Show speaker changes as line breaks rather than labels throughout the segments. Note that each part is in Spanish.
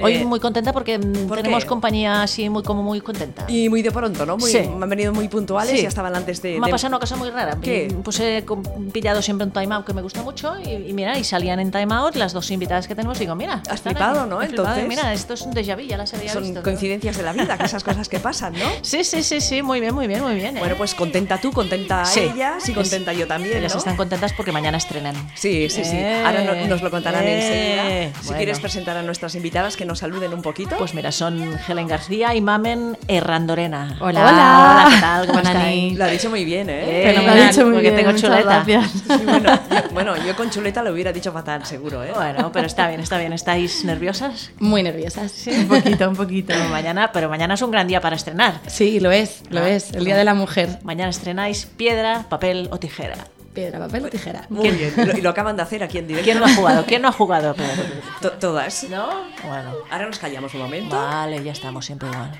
Hoy
Eh,
muy contenta porque mm,
¿por
tenemos
qué?
compañía así muy como muy contenta.
Y eh, muy de pronto, ¿no? Muy,
Sí.
Han venido muy puntuales
Sí.
y ya estaban antes
me
de.
ha
de-
pasado una cosa muy rara.
¿Qué?
Pues he com- pillado siempre un time out que me gusta mucho y, y mira, y salían en time out las dos invitadas que tenemos y digo, mira.
Has
están
flipado,
aquí.
¿no?
He flipado.
Entonces-
Mira, esto es un déjà vu, ya las había
Son
visto. ¿no?
coincidencias de la vida, que esas cosas que pasan, ¿no?
Sí, sí, sí, sí, muy bien, muy bien, muy bien. ¿eh?
Bueno, pues contenta tú, contenta
Sí.
ellas y contenta yo también.
Ellas
¿no?
están contentas porque mañana estrenan.
Sí, sí, sí.
Eh,
Ahora no- nos lo contarán
eh,
enseguida. Si
bueno.
quieres presentar a nuestras invitadas, que nos saluden un poquito.
Pues mira, son Helen García y Mamen Herrandorena.
Hola.
Hola, ¿qué tal? ¿Cómo
Buenas
estáis?
noches.
lo ha dicho muy bien, ¿eh?
Eh,
Fenomenal,
lo ha dicho muy
porque
bien,
tengo
muchas
chuleta.
gracias.
Sí, bueno, yo, bueno, yo con chuleta lo hubiera dicho fatal, seguro, ¿eh?
Bueno, pero está bien, está bien. ¿Estáis nerviosas?
Muy nerviosas. Un poquito, un poquito.
Pero mañana, pero mañana es un gran día para estrenar.
Sí, lo es, lo es. El Día de la Mujer.
Mañana estrenáis piedra, papel o tijera.
Piedra, papel o tijera.
Muy bien. Lo- Y lo acaban de hacer aquí en directo.
¿Quién no ha jugado? ¿Quién no ha jugado? a piedra, papel?
To- Todas.
¿No? Bueno.
Ahora nos callamos un momento.
Vale, ya estamos siempre igual.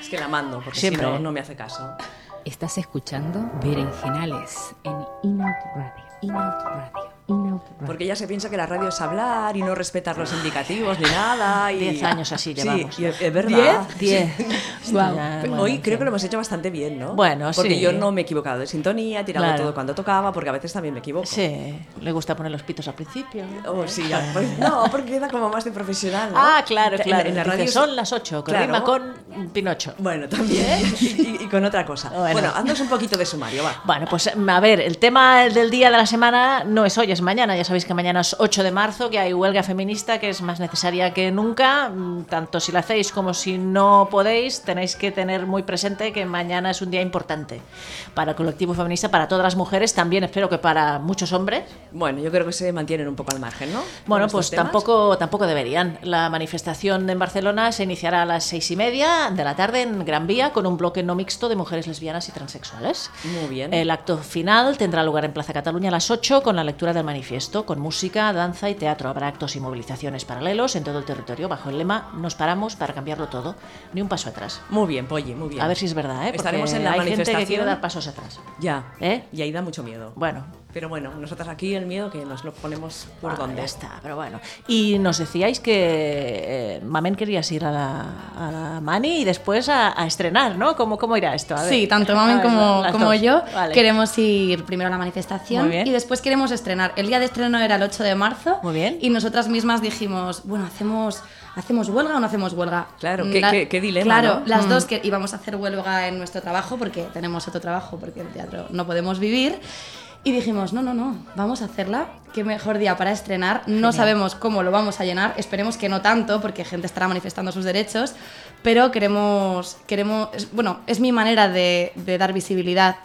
Es que la mando, porque
Siempre.
si no, no me hace caso.
Estás escuchando Berenjenales en Inout Radio. Inout Radio. Inout Radio.
Porque ya se piensa que la radio es hablar y no respetar los indicativos ni nada. Y...
Diez años así llevamos.
Sí, y es es verdad.
Diez.
Guau.
Ya,
Hoy
bueno, en
creo
fin.
que lo hemos hecho bastante bien, ¿no?
Bueno,
porque
sí.
yo no me he equivocado de sintonía, he tirado
Claro.
todo cuando tocaba, porque a veces también me equivoco.
Sí, le gusta poner los pitos al principio.
Oh, sí, ya, pues, no, porque queda como más de profesional. ¿no?
Ah, claro,
En la-
claro.
En la radio
Dice, son las 8, que
Claro.
rima con Pinocho.
Bueno, también. Y, y con otra cosa.
Bueno.
Bueno. haznos un poquito de sumario, va.
Bueno, pues a ver, el tema del día de la semana no es hoy, es mañana. Ya sabéis que mañana es 8 de marzo, que hay huelga feminista, que es más necesaria que nunca. Mm, Tanto si la hacéis como si no podéis, tenéis que tener muy presente que mañana es un día importante para el colectivo feminista, para todas las mujeres, también espero que para muchos hombres.
Bueno, yo creo que se mantienen un poco al margen, ¿no? Con
Bueno,
estos
pues
temas.
tampoco, tampoco deberían. La manifestación en Barcelona se iniciará a las seis y media de la tarde en Gran Vía con un bloque no mixto de mujeres lesbianas y transexuales.
Muy bien.
El acto final tendrá lugar en Plaza Cataluña a las 8 con la lectura del manifiesto, con música, danza y teatro. Habrá actos y movilizaciones paralelos en todo el territorio bajo el lema Nos paramos para cambiarlo todo, ni un paso atrás.
Muy bien, Polly, muy bien.
A ver si es verdad, ¿eh? Porque
Estaremos en la
hay
manifestación.
gente que quiere dar pasos atrás.
Ya.
¿Eh?
Y ahí da mucho miedo.
Bueno,
Pero bueno, nosotras aquí el miedo que nos lo ponemos por
Ah,
donde
ya está, pero bueno. Y nos decíais que eh, Mamen querías ir a la, a la Mani y después a, a estrenar, ¿no? ¿Cómo, cómo irá esto? A ver.
Sí, tanto Mamen
A ver,
como,
las
como
dos.
yo
Vale.
queremos ir primero a la
Muy
manifestación
bien.
y después queremos estrenar. El día de estreno era el 8 de marzo
Muy bien.
y nosotras mismas dijimos, bueno, ¿hacemos, ¿hacemos huelga o no hacemos huelga?
Claro,
Mm,
qué- qué- qué dilema,
Claro,
¿no? Mm.
las dos que íbamos a hacer huelga en nuestro trabajo porque tenemos otro trabajo, porque el teatro no podemos vivir. Y dijimos, no, no, no, vamos a hacerla. Qué mejor día para estrenar. No sabemos cómo lo vamos a llenar. Esperemos que no tanto, porque gente estará manifestando sus derechos. Pero queremos, queremos es- bueno, es mi manera de, de dar visibilidad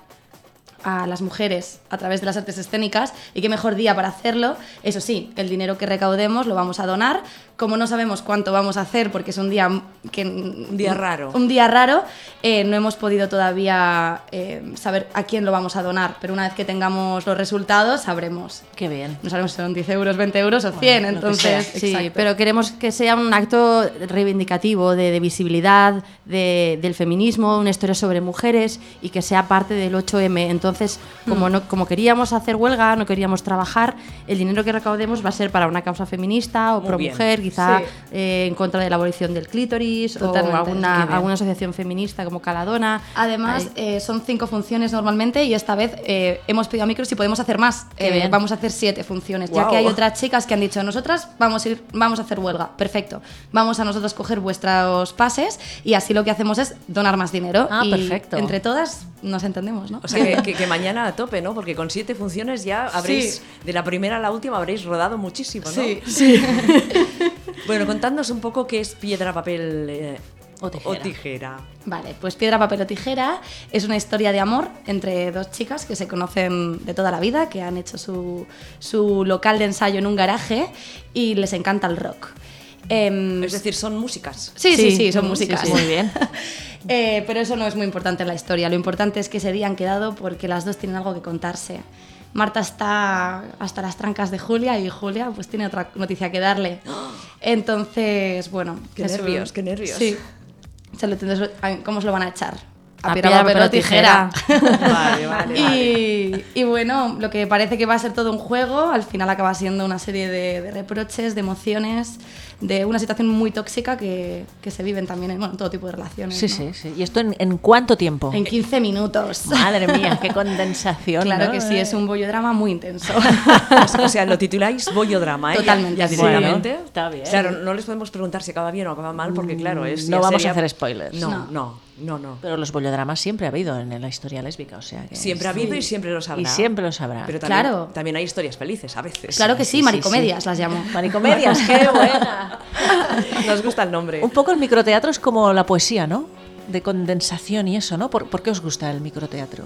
a las mujeres a través de las artes escénicas y qué mejor día para hacerlo. Eso sí, el dinero que recaudemos lo vamos a donar. Como no sabemos cuánto vamos a hacer porque es un día que un
día raro.
un día raro, eh, no hemos podido todavía eh, saber a quién lo vamos a donar, pero una vez que tengamos los resultados sabremos.
Qué bien.
No sabemos si son 10 euros, 20 euros o 100,
lo que
entonces.
sea,
Sí,
exacto.
pero queremos que sea un acto reivindicativo de, de visibilidad de- del feminismo, una historia sobre mujeres y que sea parte del 8M. Entonces,
Mm.
como, no, como queríamos hacer huelga, no queríamos trabajar, el dinero que recaudemos va a ser para una causa feminista o
Muy
pro
bien.
mujer, quizá
Sí.
eh, en contra de la abolición del clítoris
Totalmente.
o alguna,
Qué bien.
alguna asociación feminista como Caladona.
Además, eh, son cinco funciones normalmente y esta vez eh, hemos pedido a micros si podemos hacer más.
Qué
Eh,
bien.
vamos a hacer siete funciones, ya
Guau.
que hay otras chicas que han dicho, nosotras vamos a, ir, vamos a hacer huelga. Perfecto. Vamos a nosotros coger vuestros pases y así lo que hacemos es donar más dinero.
Ah,
y
perfecto.
Entre todas nos entendemos, ¿no?
O sea, que, que- que mañana a tope, ¿no? Porque con siete funciones ya habréis,
Sí.
de la primera a la última, habréis rodado muchísimo, ¿no?
Sí.
Bueno, contadnos un poco qué es piedra, papel eh,
O tijera.
tijera.
Vale, pues Piedra, Papel o Tijera es una historia de amor entre dos chicas que se conocen de toda la vida, que han hecho su, su local de ensayo en un garaje y les encanta el rock. Em,
Es decir, son músicas.
sí, sí,
Sí,
sí, son
sí,
músicas.
sí. Muy bien.
Eh, pero eso no es muy importante en la historia. Lo importante es que ese día han quedado porque las dos tienen algo que contarse. Marta está hasta las trancas de Julia y Julia pues tiene otra noticia que darle. Entonces, bueno.
Qué
es un-
nervios, qué nervios.
Sí. Se lo tendrás- ay, ¿Cómo se lo van a echar?
A piedra, papel o tijera.
Vale, vale, vale.
Y, y bueno, lo que parece que va a ser todo un juego, al final acaba siendo una serie de, de reproches, de emociones, de una situación muy tóxica que, que se viven también en bueno, todo tipo de relaciones.
Sí, sí,
¿no?
sí. ¿Y esto en, en cuánto tiempo?
En 15 minutos.
Madre mía, qué condensación.
Claro
¿no? Eh.
que sí, es un bollodrama muy intenso.
O sea, lo tituláis bollodrama, ¿eh?
Totalmente,
Ya
sí.
directamente.
Bueno, está bien. Mm,
Claro, no les podemos preguntar si acaba bien o acaba mal, porque claro, es.
No
ya
vamos a
sería-
hacer spoilers.
No, no, no, no.
Pero los bollodramas siempre ha habido en la historia lésbica, o sea que
Siempre ha habido y siempre los habrá.
Eh, Y siempre los habrá.
Pero también,
Ah, Claro.
también hay historias felices a veces.
Claro que sí,
sí,
maricomedias
sí.
las llamo.
Maricomedias, qué buena.
Nos gusta el nombre.
Un poco el microteatro es como la poesía, ¿no? De condensación y eso, ¿no? ¿Por, por qué os gusta el microteatro?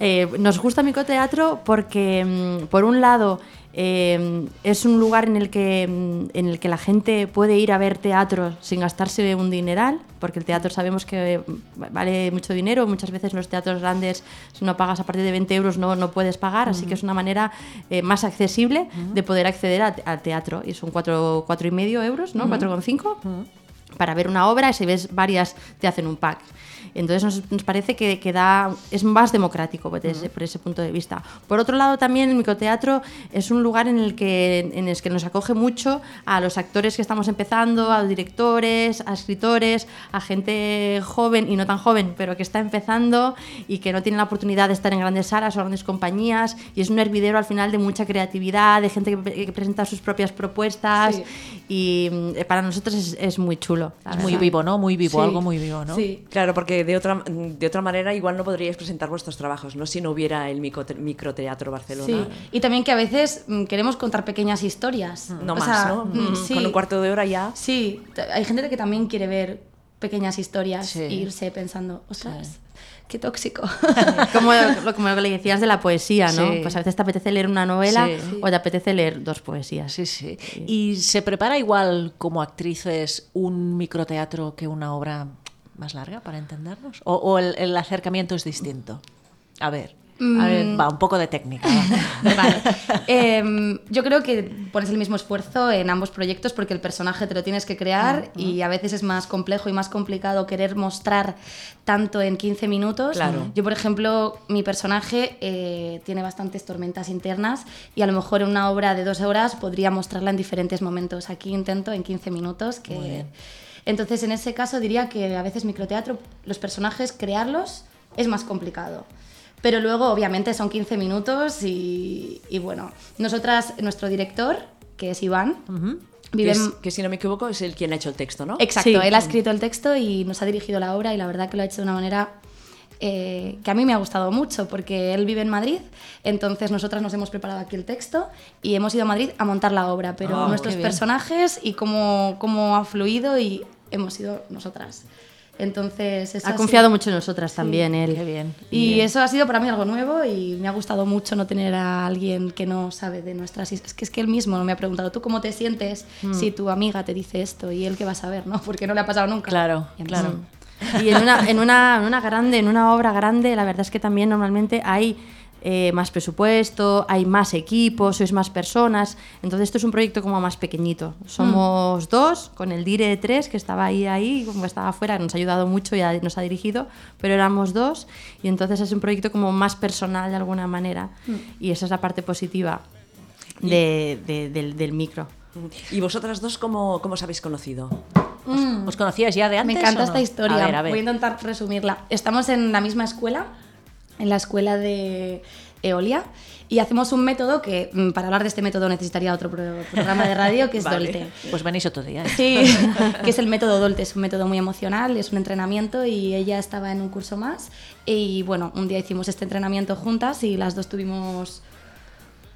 Eh, nos gusta microteatro porque, mm, por un lado, eh, es un lugar en el, que, mm, en el que la gente puede ir a ver teatro sin gastarse un dineral, porque el teatro sabemos que mm, vale mucho dinero, muchas veces en los teatros grandes, si no pagas a partir de 20 euros, no, no puedes pagar, así que es una manera eh, más accesible de poder acceder a- al teatro, y son 4,5 cuatro, cuatro y medio euros, ¿no? 4,5 para ver una obra y si ves varias te hacen un pack. Entonces nos, nos parece que, que da, es más democrático por ese, por ese punto de vista. Por otro lado, también el microteatro es un lugar en el, que, en el que nos acoge mucho a los actores que estamos empezando, a los directores, a escritores, a gente joven y no tan joven, pero que está empezando y que no tiene la oportunidad de estar en grandes salas o grandes compañías. Y es un hervidero al final de mucha creatividad, de gente que, pre- que presenta sus propias propuestas. Y mm, para nosotros es, es muy chulo. la
Es muy
verdad.
vivo, ¿no? Muy vivo,
Sí.
algo muy vivo, ¿no?
Sí.
Claro, porque de otra, de otra manera igual no podríais presentar vuestros trabajos, ¿no? Si no hubiera el micote- microteatro Barcelona.
Sí, y también que a veces mm, queremos contar pequeñas historias.
No
O
más,
sea,
¿no?
mm, sí,
Con un cuarto de hora ya.
Sí, t- hay gente que también quiere ver pequeñas historias
Sí.
e irse pensando, ostras, qué tóxico.
Como, lo- como lo que le decías de la poesía, ¿no?
Sí.
Pues a veces te apetece leer una novela
Sí.
o te apetece leer dos poesías.
Sí, sí. ¿Y se prepara igual como actrices un microteatro que una obra más larga para entendernos? ¿O, o el, el acercamiento es distinto? A ver, a ver, va, un poco de técnica. va.
Mm. Vale. Em, yo creo que pones el mismo esfuerzo en ambos proyectos porque el personaje te lo tienes que crear y a veces es más complejo y más complicado querer mostrar tanto en 15 minutos.
Claro.
Yo, por ejemplo, mi personaje eh, tiene bastantes tormentas internas y a lo mejor en una obra de dos horas podría mostrarla en diferentes momentos. Aquí intento en 15 minutos que... Entonces, en ese caso diría que a veces microteatro, los personajes, crearlos es más complicado. Pero luego, obviamente, son 15 minutos y, y bueno, nosotras, nuestro director, que es Iván,
Que,
vive...
es-
en-
que si no me equivoco es el quien ha hecho el texto, ¿no?
Exacto,
Sí.
él ha escrito el texto y nos ha dirigido la obra y la verdad que lo ha hecho de una manera eh, que a mí me ha gustado mucho porque él vive en Madrid, entonces nosotras nos hemos preparado aquí el texto y hemos ido a Madrid a montar la obra, pero
Ah,
nuestros
qué bien.
personajes y cómo, cómo ha fluido y hemos sido nosotras. Entonces, eso
Ha
sido-
confiado mucho en nosotras también él.
Qué bien.
y eso ha sido para mí algo nuevo y me ha gustado mucho no tener a alguien que no sabe de nuestras his- Es que es que él mismo me ha preguntado, ¿tú cómo te sientes
Mm.
si tu amiga te dice esto? Y él qué va a saber, ¿no? Porque no le ha pasado nunca.
Claro,
Y a mí
claro.
sí.
Y en una, en, una, en una grande, en una obra grande, la verdad es que también normalmente hay eh, más presupuesto, hay más equipos, sois más personas. Entonces esto es un proyecto como más pequeñito. Somos dos, con el Dire 3, que estaba ahí, ahí, como que estaba afuera, nos ha ayudado mucho y ha- nos ha dirigido, pero éramos dos. Y entonces es un proyecto como más personal de alguna manera.
Mm.
Y esa es la parte positiva de- de- del, del micro.
¿Y vosotras dos cómo, cómo os habéis conocido?
¿Os conocías ya de antes?
Mm. Me encanta
o no?
esta historia.
A ver, a ver.
Voy a intentar resumirla. Estamos en la misma escuela, en la escuela de Eolia, y hacemos un método que, mm, para hablar de este método, necesitaría otro pro- programa de radio, que es
Vale.
Dolte.
Pues venís otro día. ¿eh?
Sí, que es el método Dolte, es un método muy emocional, es un entrenamiento y ella estaba en un curso más y bueno, un día hicimos este entrenamiento juntas y las dos tuvimos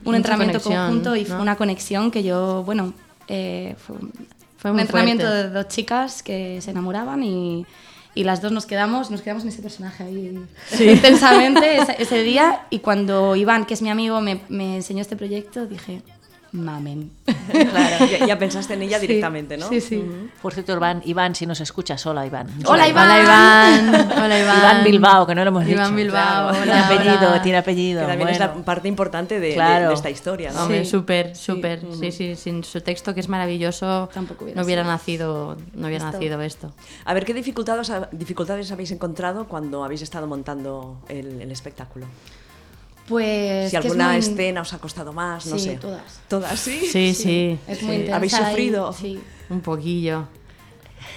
un
Mucha
entrenamiento
conexión,
conjunto y fue
¿no?
una conexión que yo, bueno, eh, fue, un-
Fue
un
muy
entrenamiento
fuerte.
de dos chicas que se enamoraban y, y las dos nos quedamos, nos quedamos en ese personaje ahí intensamente ese, ese día y cuando Iván, que es mi amigo, me, me enseñó este proyecto, dije, mamen.
Claro, ya, ya pensaste en ella
Sí,
directamente, ¿no?
Sí, sí.
Por cierto, Iván, Iván, si nos escuchas, hola Iván.
Hola, Iván.
Hola Iván. Hola Iván.
Iván Bilbao, que no lo hemos dicho.
Iván
Claro.
Bilbao. Hola,
tiene apellido,
hola.
tiene
Que
apellido.
también es
bueno.
la parte importante de, de-
Claro.
de esta historia, ¿no?
Hombre,
Sí.
súper, súper. Sí, sí, sin su texto que es maravilloso,
Tampoco hubiera
no hubiera
sido.
nacido, no hubiera
Esto.
nacido esto.
A ver, ¿qué dificultades, dificultades habéis encontrado cuando habéis estado montando el, el espectáculo?
Pues.
si
que es
alguna este
muy-
escena os ha costado más, no
Sí,
sé.
todas.
Todas, sí.
Sí, sí.
Es muy intensa.
¿Habéis
y-
sufrido?
sí.
Un poquillo.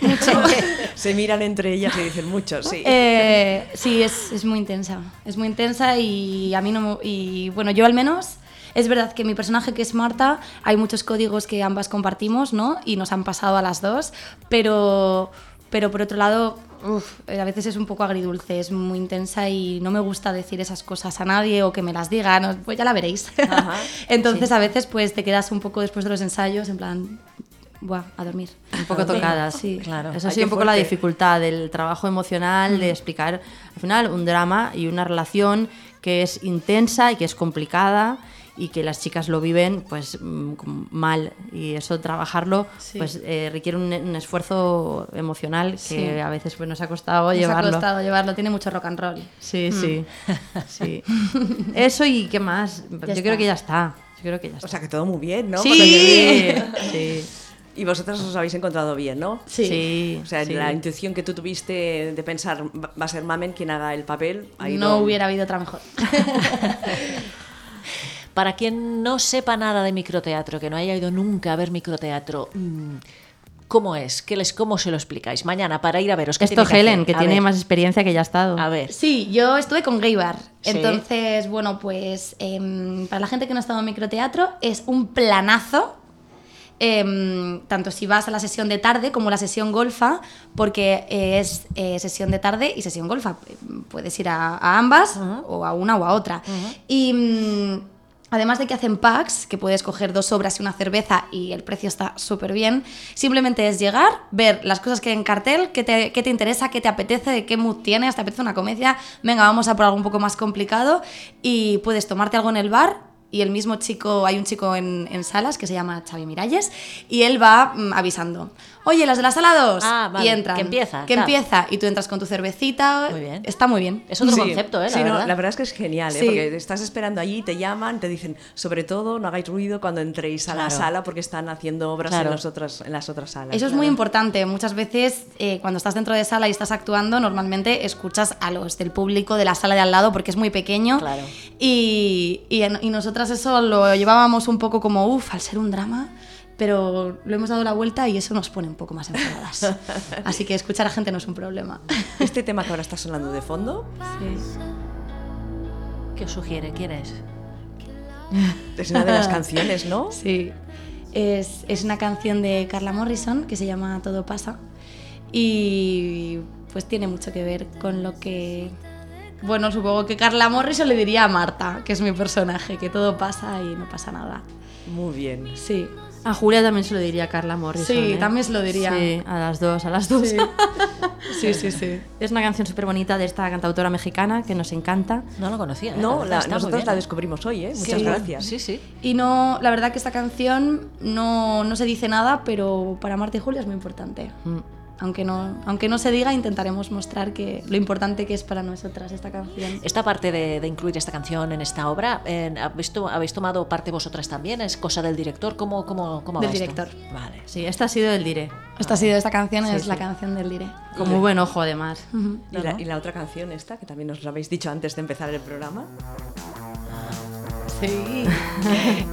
Se miran entre ellas y dicen mucho, sí.
Eh, sí, es, es muy intensa. Es muy intensa y a mí no me- y bueno, yo al menos es verdad que mi personaje que es Marta, hay muchos códigos que ambas compartimos, ¿no? Y nos han pasado a las dos, pero pero por otro lado, uf, eh, a veces es un poco agridulce, es muy intensa y no me gusta decir esas cosas a nadie o que me las digan, o- pues ya la veréis.
Ajá,
Entonces a veces pues te quedas un poco después de los ensayos en plan, buah, a dormir.
un poco tocadas.
Sí,
claro.
Esa ha
Ay,
sido
qué
un poco la
fuerte.
dificultad del trabajo emocional, de explicar al final un drama y una relación que es intensa y que es complicada y que las chicas lo viven pues mm, com- mal y eso trabajarlo pues eh, requiere un, un esfuerzo emocional que
Sí.
a veces pues, nos ha costado
Nos
llevarlo
ha costado llevarlo, tiene mucho rock and roll.
sí sí sí eso y qué más yo
está.
creo que ya está yo creo que ya está
O sea que todo muy bien, ¿no? Por lo que
sí sí
vi. Y vosotras os habéis encontrado bien, ¿no?
Sí.
sí,
O sea,
sí.
la intuición que tú tuviste de pensar "Va- va a ser Mamen quien haga el papel, ahí
no hubiera habido otra mejor.
Para quien no sepa nada de microteatro, que no haya ido nunca a ver microteatro, mm, ¿cómo es? ¿Qué les, ¿Cómo se lo explicáis? Mañana, para ir a veros. ¿qué
Esto
tiene
Helen,
hacer?
que
A
tiene
ver,
más experiencia que ya ha estado.
A ver.
Sí, yo estuve con Gaybar.
Sí.
Entonces, bueno, pues em, para la gente que no ha estado en microteatro, es un planazo. em, tanto si vas a la sesión de tarde como la sesión golfa, porque eh, es eh, sesión de tarde y sesión golfa. Puedes ir a, a ambas o a una o a otra. Y mm, además de que hacen packs, que puedes coger dos obras y una cerveza y el precio está súper bien, simplemente es llegar, ver las cosas que hay en cartel, qué te, qué te interesa, qué te apetece, de qué mood tienes, te apetece una comedia, venga, vamos a por algo un poco más complicado y puedes tomarte algo en el bar y el mismo chico, hay un chico en, en salas que se llama Xavi Miralles y él va mm, avisando, oye, las de la sala 2,
Ah, vale,
y entran,
que empieza,
que
claro.
empieza, y tú entras con tu cervecita,
Muy bien.
está muy bien.
Es otro
Sí.
concepto, ¿eh? La
Sí, no,
verdad.
la verdad es que es genial, ¿eh?
Sí.
porque estás esperando allí, te llaman, te dicen, sobre todo no hagáis ruido cuando entréis a la
Claro.
sala porque están haciendo obras
Claro.
en, las otras, en las otras salas.
Eso es muy importante. Muchas veces eh, cuando estás dentro de sala y estás actuando, normalmente escuchas a los del público de la sala de al lado porque es muy pequeño.
Claro.
Y, y, en- y nosotras eso lo llevábamos un poco como, uff, al ser un drama, pero lo hemos dado la vuelta y eso nos pone un poco más enfadadas. Así que escuchar a gente no es un problema.
Este tema que ahora está sonando de fondo
¿Qué os sugiere? ¿Quién es?
es una de las canciones, ¿no?
Sí. Es, es una canción de Carla Morrison que se llama Todo pasa y pues tiene mucho que ver con lo que... Bueno, supongo que Carla Morrison le diría a Marta, que es mi personaje, que todo pasa y no pasa nada.
Muy bien.
Sí.
A Julia también se lo diría a Carla Morrison.
Sí,
¿eh?
también se lo diría.
Sí, a las dos, a las dos.
Sí, sí, sí. sí.
Es una canción súper bonita de esta cantautora mexicana que nos encanta.
No lo conocía.
No,
verdad,
la-
está muy
nosotros
bien.
la descubrimos hoy, ¿eh? Muchas
Sí.
gracias.
Sí, sí.
Y no, la verdad que esta canción no, no se dice nada, pero para Marta y Julia es muy importante.
Mm.
Aunque no, aunque no se diga, intentaremos mostrar que lo importante que es para nosotras esta canción.
Esta parte de, de incluir esta canción en esta obra, eh, ¿habéis, to- habéis tomado parte vosotras también? ¿Es cosa del director? ¿Cómo, cómo, cómo va
Del
esto?
director.
Vale.
Sí, esta ha sido el dire.
Esta ha sido esta canción,
Sí,
es la
sí.
canción del Dire.
Con muy buen ojo, además.
Y, la, y la otra canción esta, que también nos lo habéis dicho antes de empezar el programa.
Sí.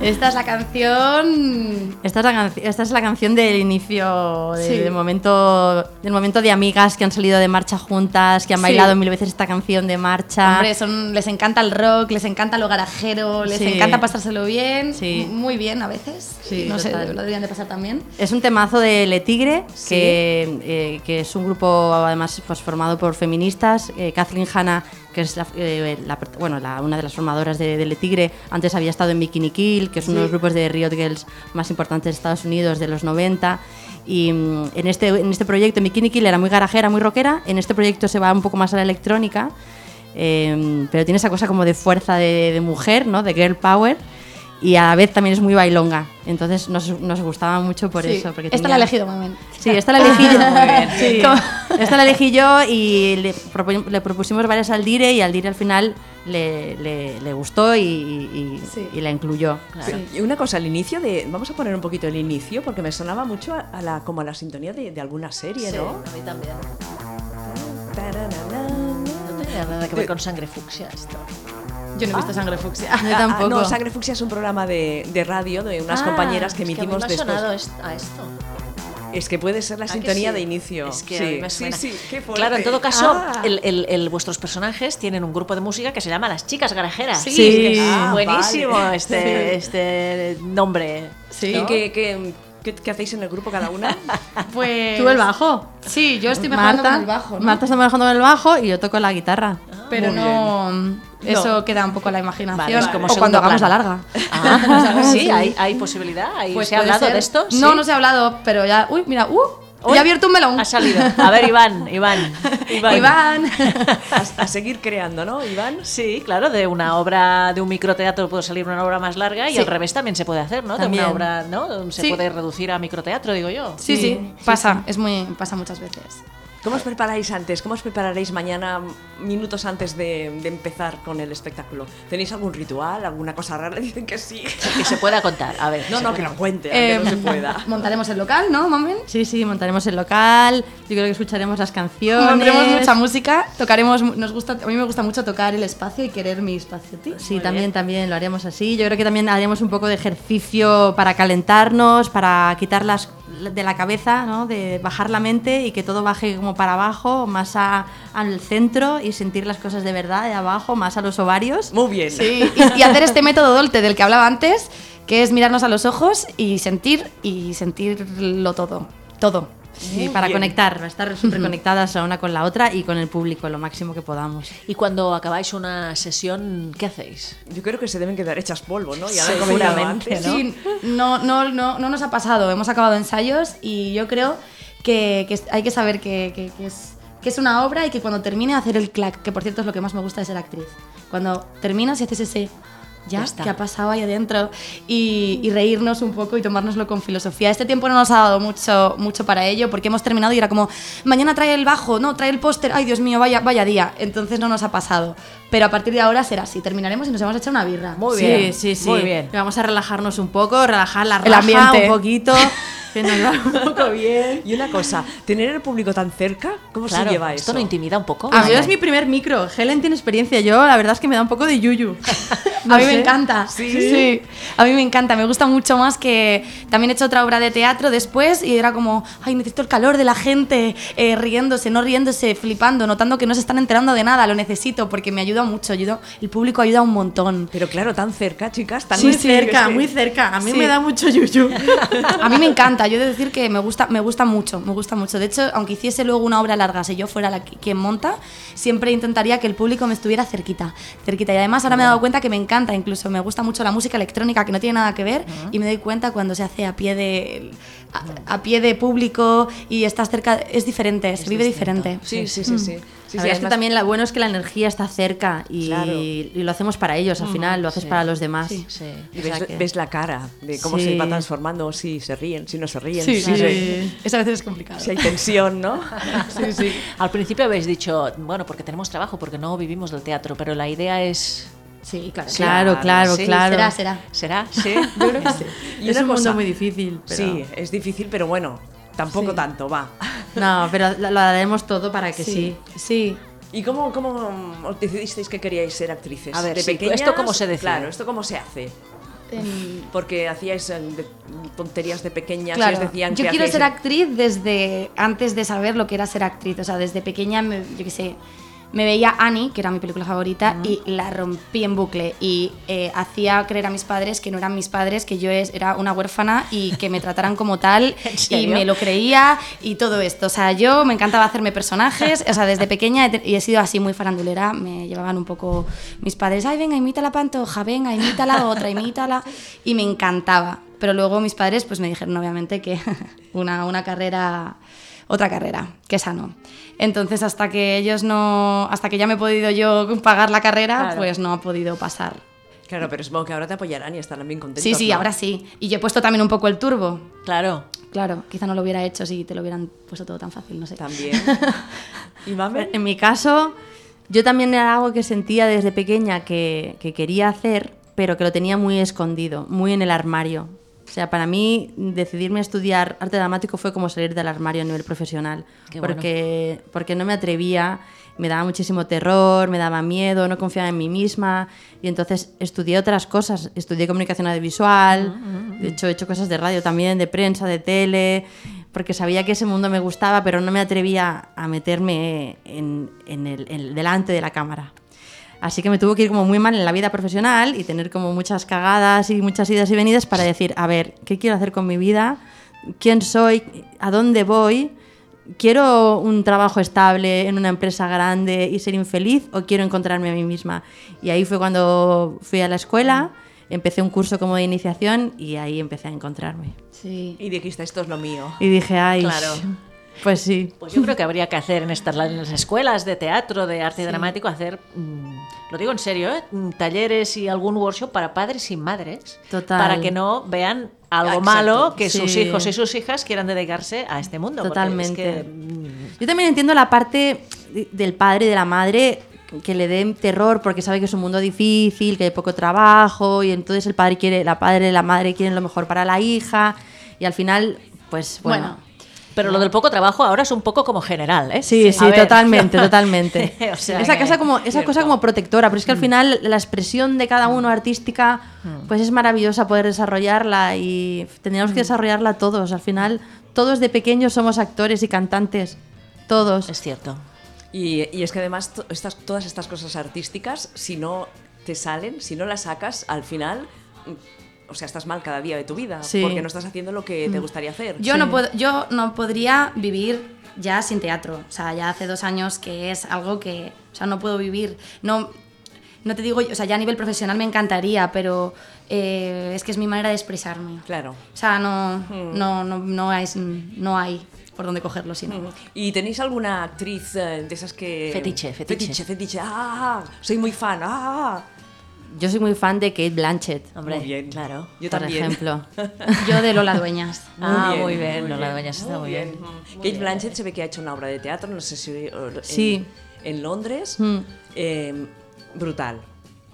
Esta es la canción.
Esta es, la canci- esta es la canción del inicio, del,
Sí.
del momento, del momento de amigas que han salido de marcha juntas, que han
Sí.
bailado mil veces esta canción de marcha.
Hombre, son, les encanta el rock, les encanta lo garajero, les
Sí.
encanta pasárselo bien,
Sí.
muy bien a veces.
Sí,
no sé,
total.
lo deberían de pasar también.
Es un temazo de Le Tigre, que, eh, que es un grupo además pues, formado por feministas. Eh, Kathleen Hanna, que es la, eh, la- bueno, la- una de las formadoras de, de Le Tigre, antes había estado en Bikini Kill, que es uno de los grupos de Riot Girls más importantes de Estados Unidos de los 90. Y mm, en este, en este proyecto, en Bikini Kill era muy garajera, muy rockera. En este proyecto se va un poco más a la electrónica, eh, pero tiene esa cosa como de fuerza de, de mujer, ¿no? de girl power. Y a la vez también es muy bailonga. Entonces nos, nos gustaba mucho por
Sí.
eso. Porque
Esta la
tenía-
ha elegido Mamen.
Sí, esta la elegí yo.
bien.
Sí. Esta la elegí yo y le, propu- le propusimos varias al Dire y al Dire al final le, le- le gustó y, y- y-
Sí.
y la incluyó.
Y una cosa, al inicio de. Vamos a poner un poquito el inicio, porque me sonaba mucho a, a la, como a la sintonía de, de alguna serie, ¿no?
a mí también. No
Taranana.
tenía nada que ver con sangre fucsia esto.
Yo no he visto sangre fucsia.
Yo tampoco.
Ah, no, Sangre Fucsia es un programa de, de radio de unas
Ah,
compañeras que
es a mí
emitimos
me ha
después.
sonado est- a esto.
Es que puede ser la
Ah, que
sintonía
sí?
de inicio.
Es que a
sí,
mí me suena.
sí, sí, qué fuerte.
Claro, en todo caso,
Ah.
el- el- el- vuestros personajes tienen un grupo de música que se llama Las Chicas Garajeras.
Sí.
Es que
Ah,
buenísimo
vale.
este, este nombre.
Sí.
¿Y qué, qué- qué- qué hacéis en el grupo cada una?
Pues...
¿Tú el bajo?
Sí, yo estoy mejorando con el bajo, ¿no? Ah.
Marta está manejando con el bajo y yo toco la guitarra.
pero
Muy
no... Eso queda un poco a la imaginación.
Vale, es como
o cuando
segundo
hagamos la
plano.
larga.
Ah, sí, hay, hay posibilidad. ¿Hay- ¿Se ha
pues puede
hablado
ser.
de esto?
No,
¿Sí?
no se ha hablado, pero ya... Uy, mira, uh,
Uy, Ah,
ya he abierto un melón.
Ha salido. A ver, Iván, Iván. Iván.
Iván.
A, a seguir creando, ¿no, Iván?
Sí, claro, de una obra, de un microteatro puede salir una obra más larga y
Sí.
al revés también se puede hacer, ¿no?
También.
De una obra, ¿no? Se
Sí.
puede reducir a microteatro, digo yo.
Eh, Sí, sí,
Sí,
pasa, es muy pasa muchas veces.
¿Cómo os preparáis antes? ¿Cómo os prepararéis mañana, minutos antes de, de empezar con el espectáculo? ¿Tenéis algún ritual, alguna cosa rara? Dicen que sí.
Que se pueda contar. A ver.
No,
se
no,
puede.
que lo cuente,
Eh,
aunque no se
Em.
pueda.
Montaremos el local, ¿no, mamen?
Sí, sí, montaremos el local, yo creo que escucharemos las canciones.
Pondremos mucha música, tocaremos, nos gusta, a mí me gusta mucho tocar el espacio y querer mi espacio. ¿tí?
Sí, también, también lo haremos así. Yo creo que también haremos un poco de ejercicio para calentarnos, para quitar las de la cabeza, ¿no? de bajar la mente y que todo baje como para abajo, más a- al centro y sentir las cosas de verdad de abajo, más a los ovarios.
Muy bien.
Sí, y, y hacer este método Dolte del que hablaba antes, que es mirarnos a los ojos y sentir y sentirlo todo, todo.
Sí,
Muy
para
bien.
conectar, para estar súper conectadas la una con la otra y con el público lo máximo que podamos.
Y cuando acabáis una sesión, ¿qué hacéis?
Yo creo que se deben quedar hechas polvo, ¿no? Ya lo he
Seguramente,
comentado antes, ¿no?
Sí, no, no, no, no nos ha pasado. Hemos acabado ensayos y yo creo que, que es- hay que saber que, que- que es, que es una obra y que cuando termine hacer el clac, que por cierto es lo que más me gusta de ser actriz. Cuando terminas y haces ese ya,
Ya está.
que ha pasado ahí adentro y, y reírnos un poco y tomárnoslo con filosofía. Este tiempo no nos ha dado mucho, mucho para ello porque hemos terminado y era como, mañana trae el bajo, no, trae el póster, ay Dios mío, vaya, vaya día. Entonces no nos ha pasado. Pero a partir de ahora será así, terminaremos y nos vamos a echar una birra.
Muy
sí,
bien,
sí, sí.
muy bien.
Y Vamos a relajarnos un poco, relajar la
El
raja
ambiente.
un poquito, que nos va un poco bien.
Y una cosa, tener el público tan cerca, ¿cómo
Claro,
se lleva eso?
esto no intimida un poco.
A mí Ah, es mi primer micro. Helen tiene experiencia. Yo, la verdad es que me da un poco de yuyu. No
a mí
sé.
me encanta.
Sí.
A mí me encanta. Me gusta mucho más que. También he hecho otra obra de teatro después y era como, ay, necesito el calor de la gente, eh, riéndose, no riéndose, flipando, notando que no se están enterando de nada. Lo necesito porque me ayuda mucho. Ayuda, el público ayuda un montón.
Pero claro, tan cerca, chicas, tan
muy
sí,
cerca,
es que-
muy cerca. A mí
Sí.
me da mucho yuyu.
A mí me encanta, yo he de decir que me gusta, me gusta mucho, me gusta mucho. De hecho, aunque hiciese luego una obra larga, si yo fuera la qui- quien monta, siempre intentaría que el público me estuviera cerquita, cerquita. Y además ahora me he dado cuenta que me encanta, incluso me gusta mucho la música electrónica, que no tiene nada que ver, y me doy cuenta cuando se hace a pie de, a, a pie de público y estás cerca, es diferente, se vive diferente.
Sí, sí, sí, sí. sí, sí,
la verdad es que
además-
también lo bueno es que la energía está cerca y,
Claro.
y lo hacemos para ellos al final, lo haces
sí.
para los demás.
Sí, sí.
Y
O sea
ves,
que-
ves la cara de cómo
Sí.
se va transformando, si se ríen, si no se ríen, si,
sí,
se-
Eso a veces es complicado.
si hay tensión, ¿no?
Sí, sí.
Al principio habéis dicho, bueno, porque tenemos trabajo, porque no vivimos del teatro, pero la idea es.
Sí, claro.
Claro, claro,
Sí,
claro.
Será, será.
¿Será? Sí.
Yo creo que sí. Y
Es
una
un
cosa-
mundo muy difícil. pero-
Sí, es difícil, pero bueno, tampoco tanto, va.
No, pero lo lo daremos todo para que sí.
sí.
¿Y cómo, cómo os decidisteis que queríais ser actrices?
A ver,
¿De
sí,
pequeñas?
¿esto cómo se decide?
Claro, ¿esto cómo se hace? Porque hacíais eh, de- tonterías de pequeñas y os decían
yo
que
quiero
hacíais-
ser actriz desde antes de saber lo que era ser actriz. O sea, desde pequeña, me- yo qué sé, me veía Annie, que era mi película favorita, y la rompí en bucle. Y eh, hacía creer a mis padres que no eran mis padres, que yo es- era una huérfana y que me trataran como tal.
¿En
y
serio?
me lo creía y todo esto. O sea, yo me encantaba hacerme personajes. O sea, desde pequeña he, te- y he sido así muy farandulera. Me llevaban un poco mis padres. Ay, venga, imita la pantoja, venga, imita la otra, imítala. Y me encantaba. Pero luego mis padres pues me dijeron, obviamente, que una, una carrera. Otra carrera, que esa no. Entonces, hasta que ellos no. Hasta que ya me he podido yo pagar la carrera,
Claro.
pues no ha podido pasar.
Claro, pero supongo que ahora te apoyarán y estarán bien contentos.
Sí, sí,
¿no?
ahora sí. Y yo he puesto también un poco el turbo.
Claro.
Claro, quizá no lo hubiera hecho si te lo hubieran puesto todo tan fácil, no sé.
También. ¿Y Mabel?
En mi caso, yo también era algo que sentía desde pequeña que, que quería hacer, pero que lo tenía muy escondido, muy en el armario. O sea, para mí decidirme a estudiar arte dramático fue como salir del armario a nivel profesional,
Qué bueno.
porque, porque no me atrevía, me daba muchísimo terror, me daba miedo, no confiaba en mí misma, y entonces estudié otras cosas,
Ah,
estudié comunicación audiovisual, de hecho he hecho cosas de radio también, de prensa, de tele, porque sabía que ese mundo me gustaba, pero no me atrevía a meterme en, en el, en- delante de la cámara. Así que me tuvo que ir como muy mal en la vida profesional y tener como muchas cagadas y muchas idas y venidas para decir, a ver, ¿qué quiero hacer con mi vida? ¿Quién soy? ¿A dónde voy? ¿Quiero un trabajo estable en una empresa grande y ser infeliz o quiero encontrarme a mí misma? Y ahí fue cuando fui a la escuela, empecé un curso como de iniciación y ahí empecé a encontrarme.
Sí.
Y dijiste, esto es lo mío.
Y dije, ay,
Claro.
pues sí.
Pues yo creo que habría que hacer en estas en las escuelas de teatro, de arte dramático, hacer, mm, lo digo en serio, ¿eh? Mm, talleres y algún workshop para padres y madres,
Total.
para que no vean algo
Exacto.
malo que
Sí.
sus hijos y sus hijas quieran dedicarse a este mundo. porque
Totalmente.
Es que, mm,
Yo también entiendo la parte de- del padre y de la madre que le den terror porque sabe que es un mundo difícil, que hay poco trabajo y entonces el padre quiere, la padre y la madre quieren lo mejor para la hija y al final, pues bueno.
Bueno,
pero lo del poco trabajo ahora es un poco como general, ¿eh?
Sí, sí,
A ver.
totalmente, totalmente.
O sea
esa
que- Mm.
casa como, esa
cierto.
cosa como protectora, pero es que al final la expresión de cada uno artística, pues es maravillosa poder desarrollarla y tendríamos
Mm.
que desarrollarla todos. Al final, todos de pequeños somos actores y cantantes. Todos.
Es cierto.
Y, y es que además to- estas, todas estas cosas artísticas, si no te salen, si no las sacas, al final, mm, o sea, estás mal cada día de tu vida,
Sí.
porque no estás haciendo lo que te
Mm.
gustaría hacer.
Yo, no puedo, yo no podría vivir ya sin teatro. O sea, ya hace dos años que es algo que. O sea, no puedo vivir. No, no te digo, o sea, ya a nivel profesional me encantaría, pero eh, es que es mi manera de expresarme.
Claro.
O sea, no,
Hmm.
no, no, no, es, no hay por dónde cogerlo, sino.
Hmm. ¿Y tenéis alguna actriz eh, de esas que...
Fetiche, fetiche.
Fetiche, fetiche. ¡Ah! Soy muy fan. ¡Ah!
Yo soy muy fan de Kate Blanchett,
Hombre,
Muy bien.
claro.
Yo
por
también.
ejemplo.
Yo de Lola Dueñas.
Muy
ah,
bien,
muy bien, no,
muy
la
bien,
dueña está muy bien.
Mm. Kate Blanchett se ve que ha hecho una obra de teatro, no sé si... eh, o- en-
Sí.
En, Londres.
Mm.
Eh, brutal.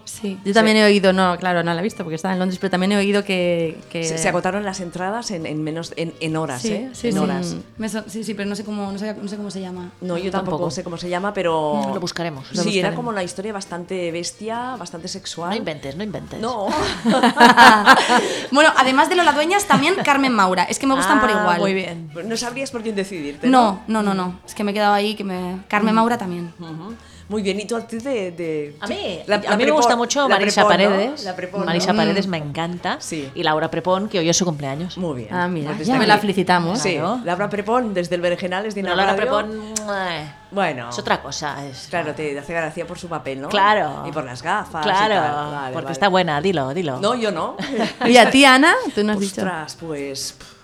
Sí.
Yo también he oído, no, claro, no la he visto porque estaba en Londres, pero también he oído que...
Eh.
que-
Se, se agotaron las entradas en, en menos en, en horas,
Sí,
¿eh?
sí,
en
sí.
horas.
Me so- sí, sí, pero no sé cómo, no sé, no sé cómo se llama.
No, yo tampoco,
Mm, Tampoco.
sé cómo se llama, pero...
Lo buscaremos.
Lo
sí, era
buscaremos.
como una historia bastante bestia, bastante
No
sexual.
inventes, no inventes.
No.
bueno, además de Lola Dueñas, también Carmen Maura. Es que me gustan por
Ah,
igual.
Muy bien.
No sabrías por quién decidirte.
No, no, no, no. Es que me he quedado ahí. Que me... Carmen Maura también.
Ujú. Muy bien, ¿y tú actriz de...? de-
A mí,
La-
a
la
mí me
Prepon-
gusta mucho
la
Marisa
Prepon, ¿no?
Paredes.
La Prepon, ¿no?
Marisa
Mm.
Paredes me encanta.
Sí.
Y Laura Prepón, que hoy es su cumpleaños.
Muy bien.
Ah, mira,
Pues
ya
desde
me la
aquí.
felicitamos.
Sí,
Claro.
Laura Prepon, desde el Berenjenales de
Pero
Inaud
Laura
Radio.
Prepón eh,
Bueno.
es otra cosa. es-
Claro, te hace gracia por su papel, ¿no?
Claro.
Y por las gafas. y
Claro,
tal. Vale,
porque
vale.
está buena, dilo, dilo.
No, yo no.
Y a ti, Ana, tú nos has dicho...
Ostras, pues. pff,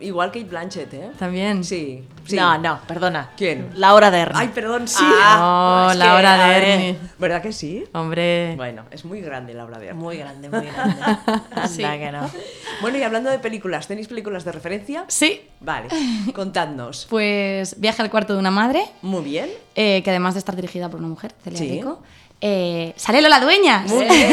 Igual que Blanchett, ¿eh?
También.
Sí. sí.
no, no, perdona.
¿Quién?
Laura de
Ay, perdón, sí.
Ah, no,
es
Laura
a ver,
Dern.
¿Verdad que sí?
Eh.
Hombre,
Bueno, es muy grande Laura Dern.
Muy grande, muy grande. Anda que no.
Bueno, y hablando de películas, ¿tenéis películas de referencia?
Sí.
Vale, contadnos.
Pues Viaje al cuarto de una madre,
Muy bien.
eh, que además de estar dirigida por una mujer, Celia
Sí.
Greco, eh, sale Lola Dueñas.
Muy bien.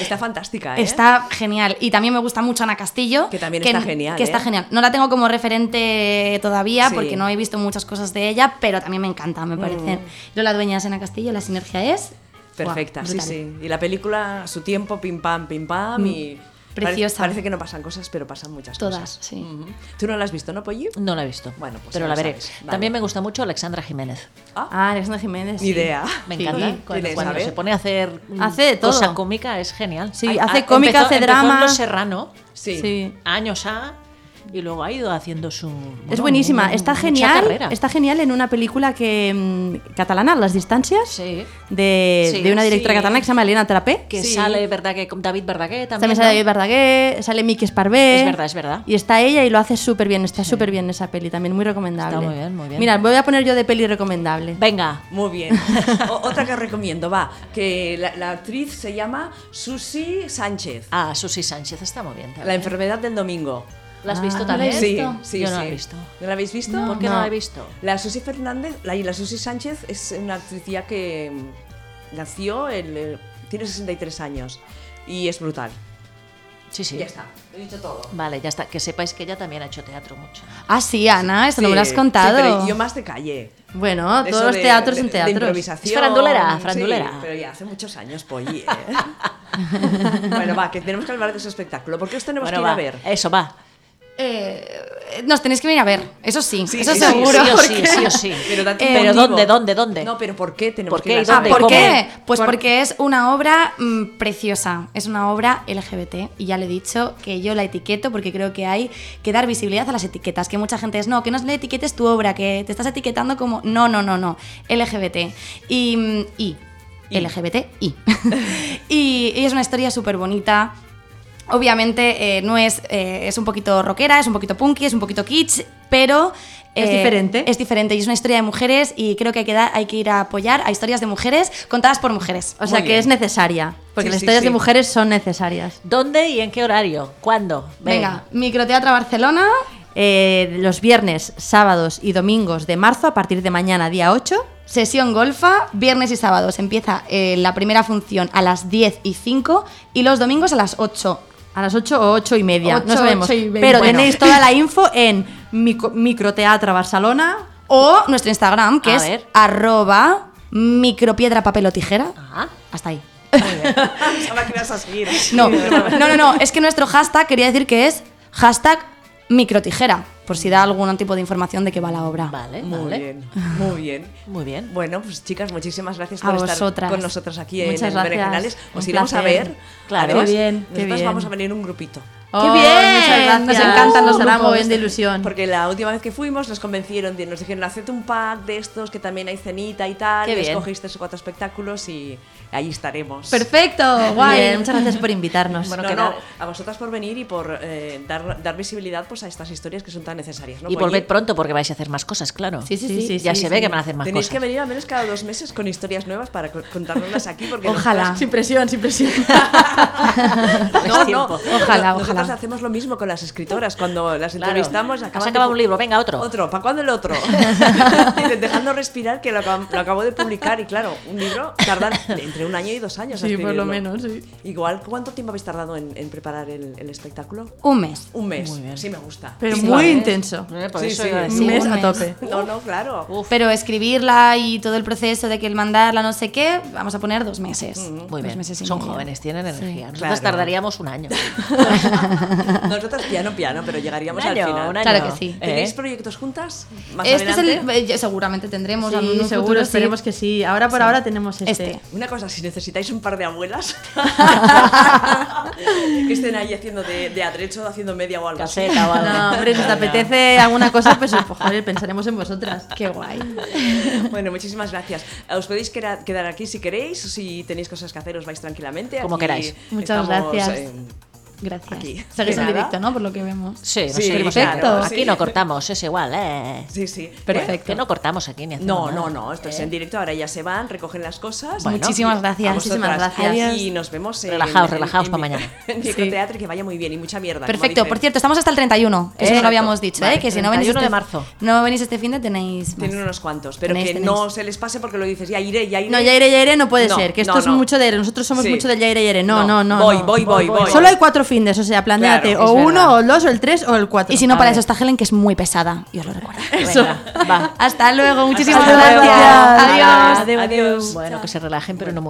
Está fantástica, ¿eh?
Está genial. Y también me gusta mucho Ana Castillo.
Que también está genial,
Que está
¿eh?
genial. No la tengo como referente todavía
Sí.
porque no he visto muchas cosas de ella, pero también me encanta, me parecen. Lola Dueñas, Ana Castillo, la sinergia es.
Perfecta,
guau,
sí,
brutal.
sí. Y la película, a su tiempo, pim pam, pim pam. Y pare-
Mm, Preciosa.
Parece que no pasan cosas, pero pasan muchas
Todas,
cosas.
sí.
Ujú. ¿Tú no la has visto, no, Polly?
No la he visto.
Bueno, pues
pero
ya
la
lo
veré.
sabes. Vale.
También me gusta mucho Alexandra Jiménez.
ah, Alexandra Jiménez.
Ni
sí.
idea.
Me
Sí.
encanta.
Sí,
cuando
¿quieres
cuando
saber?
se pone a hacer mm,
Hace de todo.
cosa cómica es genial.
Sí,
A- a-
hace cómica,
empezó-
hace
empezó en
drama.
Los Serrano,
Sí.
Sí.
años A, y luego ha ido haciendo su.
Es
bueno,
buenísima,
mu-
está
mucha
genial,
carrera.
está genial en una película que mm, catalana, Las distancias,
Sí.
de,
Sí,
de una directora
sí.
catalana que se llama Elena Trapé.
Que
Sí.
sale Verdaguer, David Verdaguer también.
También sale David
¿no?
Verdaguer, sale Miki Esparvé.
Es verdad, es verdad.
Y está ella y lo hace súper bien, está súper bien esa peli, también muy recomendable.
Está muy bien, muy bien.
Mira, voy a poner yo de peli recomendable.
Venga,
Muy bien. O- otra que recomiendo, va, que la, la actriz se llama Susi Sánchez.
Ah, eh. Susi Sánchez está muy bien también.
La enfermedad del domingo.
¿La has visto
Ah, no la he
también?
visto.
Sí, sí,
Yo no la
sí.
he visto.
¿No la habéis visto?
¿Por qué no,
No.
la he visto?
La Susi Fernández, la, y la Susi Sánchez es una actriz ya que mm, nació, el, eh, tiene 63 años y es brutal.
Sí, sí.
Ya está, he dicho todo.
Vale, ya está. Que sepáis que ella también ha hecho teatro mucho.
Ah, sí, Ana,
Sí,
eso no me lo has
sí,
contado.
pero yo más de calle.
Bueno,
Eso
todos los
de-
teatros
de-
son
de
teatros.
improvisación.
Es farandulera,
Sí,
farandulera.
pero ya hace muchos años, Polly. ¿eh? pues bueno, va, que tenemos que hablar de ese espectáculo. ¿Por qué os tenemos
Bueno,
que ir
va.
a ver?
Eso va.
Eh, eh, nos tenéis que venir a ver, eso sí,
Sí,
eso
sí, sí,
seguro.
Sí o sí,
porque-
sí o sí. Eh,
Pero date un
Pero
motivo.
¿dónde, dónde, dónde?
No, pero ¿por qué tenemos
¿Por qué
que
y
ir a
Ah,
dónde?
saber?
¿Por
¿Cómo?
qué? Pues
Por-
porque es una obra mm, preciosa, es una obra LGBT y ya le he dicho que yo la etiqueto porque creo que hay que dar visibilidad a las etiquetas, que mucha gente es, no, que no le etiquetes tu obra, que te estás etiquetando como, no, no, no, no, LGBT. Y, mm, y, LGBT, y. y, y es una historia súper bonita. Obviamente eh, no es, eh, es un poquito rockera, es un poquito punky, es un poquito kitsch, pero... eh,
Es diferente.
Es diferente y es una historia de mujeres y creo que hay que, dar- hay que ir a apoyar a historias de mujeres contadas por mujeres.
O sea
Muy
que
bien.
es necesaria,
Sí,
porque las
sí,
historias de
sí.
mujeres son necesarias.
¿Dónde y en qué horario? ¿Cuándo?
Venga, Microteatro Barcelona.
Eh, los viernes, sábados y domingos de marzo a partir de mañana, día 8.
Sesión golfa, viernes y sábados. Empieza eh, la primera función a las 10 y 5 y los domingos a las 8.
A las 8 o 8 y media, no
Ocho,
sabemos.
ocho y veinte.
Pero
Bueno.
tenéis toda la info en micro- Microteatro Barcelona.
O nuestro Instagram, que
A
es
ver.
arroba micropiedra, papel o tijera.
Ah,
Hasta ahí.
Pensaba que ibas a seguir.
No, no, no, no, es que nuestro hashtag quería decir que es hashtag microtijera, por si da algún tipo de información de qué va la obra.
vale,
Muy
vale.
bien, muy bien.
Muy bien.
Bueno, pues chicas, muchísimas gracias
A
por estar
vosotras.
con nosotros aquí
Muchas
en el
gracias.
Berenjenales. Os
Un
iremos a
placer.
ver.
Claro.
Además,
Qué bien, qué
nosotras
bien. Oh.
vamos a venir un grupito.
¡Qué
bien!
Nos
Nos
encantan
encantan los
los grupos.
grupos.
bien de ilusión.
Porque la última vez que fuimos nos convencieron, de- nos dijeron, haced un pack de estos que también hay cenita y tal.
Qué
y
bien.
escogiste esos cuatro espectáculos y ahí estaremos.
Perfecto, guay. muchas gracias por invitarnos.
Bueno,
No,
que
no,
nada.
a vosotras por venir y por eh, dar, dar visibilidad pues, a estas historias que son tan necesarias. ¿no? pues
Y
Polly?
volved pronto porque vais a hacer más cosas, claro.
Sí, sí, sí, sí,
ya
sí,
se
sí.
ve que van a hacer más
Tenéis que
cosas.
venir al menos cada dos meses con historias nuevas para co- contárnoslas aquí. Porque
Ojalá.
nosotras-
Sin presión, sin presión.
No, no.
tiempo.
Ojalá,
Nosotras
ojalá.
hacemos lo mismo con las escritoras. Cuando las
Claro.
entrevistamos,
Has
acaban de
acabado
pu-
un libro, venga, otro.
Otro, ¿para cuándo el otro? Dicen, Dejando respirar, que lo acabo, lo acabo de publicar. Y claro, un libro tarda entre un año y dos años. en
Sí, por lo
escribirlo.
menos, sí.
Igual, ¿cuánto tiempo habéis tardado en, en preparar el, el espectáculo?
Un mes.
Un mes. Sí, me gusta.
Pero
Sí,
muy
vale.
intenso.
Eh, por
Sí,
eso
sí.
iba a decir.
Un mes
un
a
mes.
tope.
No, no, claro.
Uf,
Pero escribirla y todo el proceso de que el mandarla, no sé qué, vamos a poner dos meses.
Muy
Dos
bien.
meses y
Son
medio.
jóvenes, tienen energía. Nosotros
Claro.
tardaríamos un año.
Nosotras piano, piano, pero llegaríamos
Un año,
al final.
un año.
Claro que sí.
¿Eh?
¿Tenéis proyectos juntas? Más
Este es
adelante?
el, eh, yo- seguramente tendremos
Sí,
en un
seguro,
futuro, sí.
esperemos que sí. Ahora por ahora tenemos este.
Este.
Una cosa, si necesitáis un par de abuelas que estén ahí haciendo de, de atrecho, haciendo media o algo así.
Caseta o algo.
No, hombre, si te apetece alguna cosa, pues pues, joder, pensaremos en vosotras.
Qué guay.
Bueno, muchísimas gracias. Os podéis quera- quedar aquí si queréis, si tenéis cosas que hacer os vais tranquilamente.
Como
Aquí
queráis.
Muchas
estamos,
gracias.
eh,
Gracias.
Aquí.
Seguís
De
en
nada.
directo, ¿no? Por lo que vemos.
Sí, nos
Sí,
seguimos
perfecto.
quedando. Aquí
Sí.
no cortamos, es igual, ¿eh?
sí, sí.
Bueno, Que no cortamos aquí ni hacemos
No,
nada.
no, no, esto es en directo, ahora ya se van, recogen las cosas.
eh. Bueno.
Muchísimas
A
gracias.
vosotras.
Muchísimas gracias.
Y nos vemos. en-
Relajaos,
en-
relajaos
en-
pa' mañana.
En Microteatro y que vaya muy bien y mucha mierda. como
Perfecto,
dicen.
por cierto, estamos hasta el 31, que eso no
Exacto.
lo habíamos dicho,
Vale,
¿eh? que si no venís
31 de
este,
marzo.
no venís este fin de tenéis más.
Tienen unos cuantos, pero
Tenéis,
que
tenéis.
no se les pase porque lo dices, ya iré, ya iré.
este No, ya iré, ya iré, no puede
No,
ser. Que esto
no,
es
no.
mucho de. Nosotros somos
Sí.
mucho del ya iré, ya iré. No,
No,
no, no.
voy,
no.
voy, voy, voy.
Solo hay cuatro findes, o sea, planteate
Claro,
o
es
uno,
verdad.
o el dos, o el tres, o el cuatro.
Y si no, para
A
eso
ver.
está Helen, que es muy pesada, yo os lo recuerdo.
Eso. Va.
Hasta luego, muchísimas
Hasta luego.
gracias. Adiós.
Bueno, que se relajen, pero no mucho.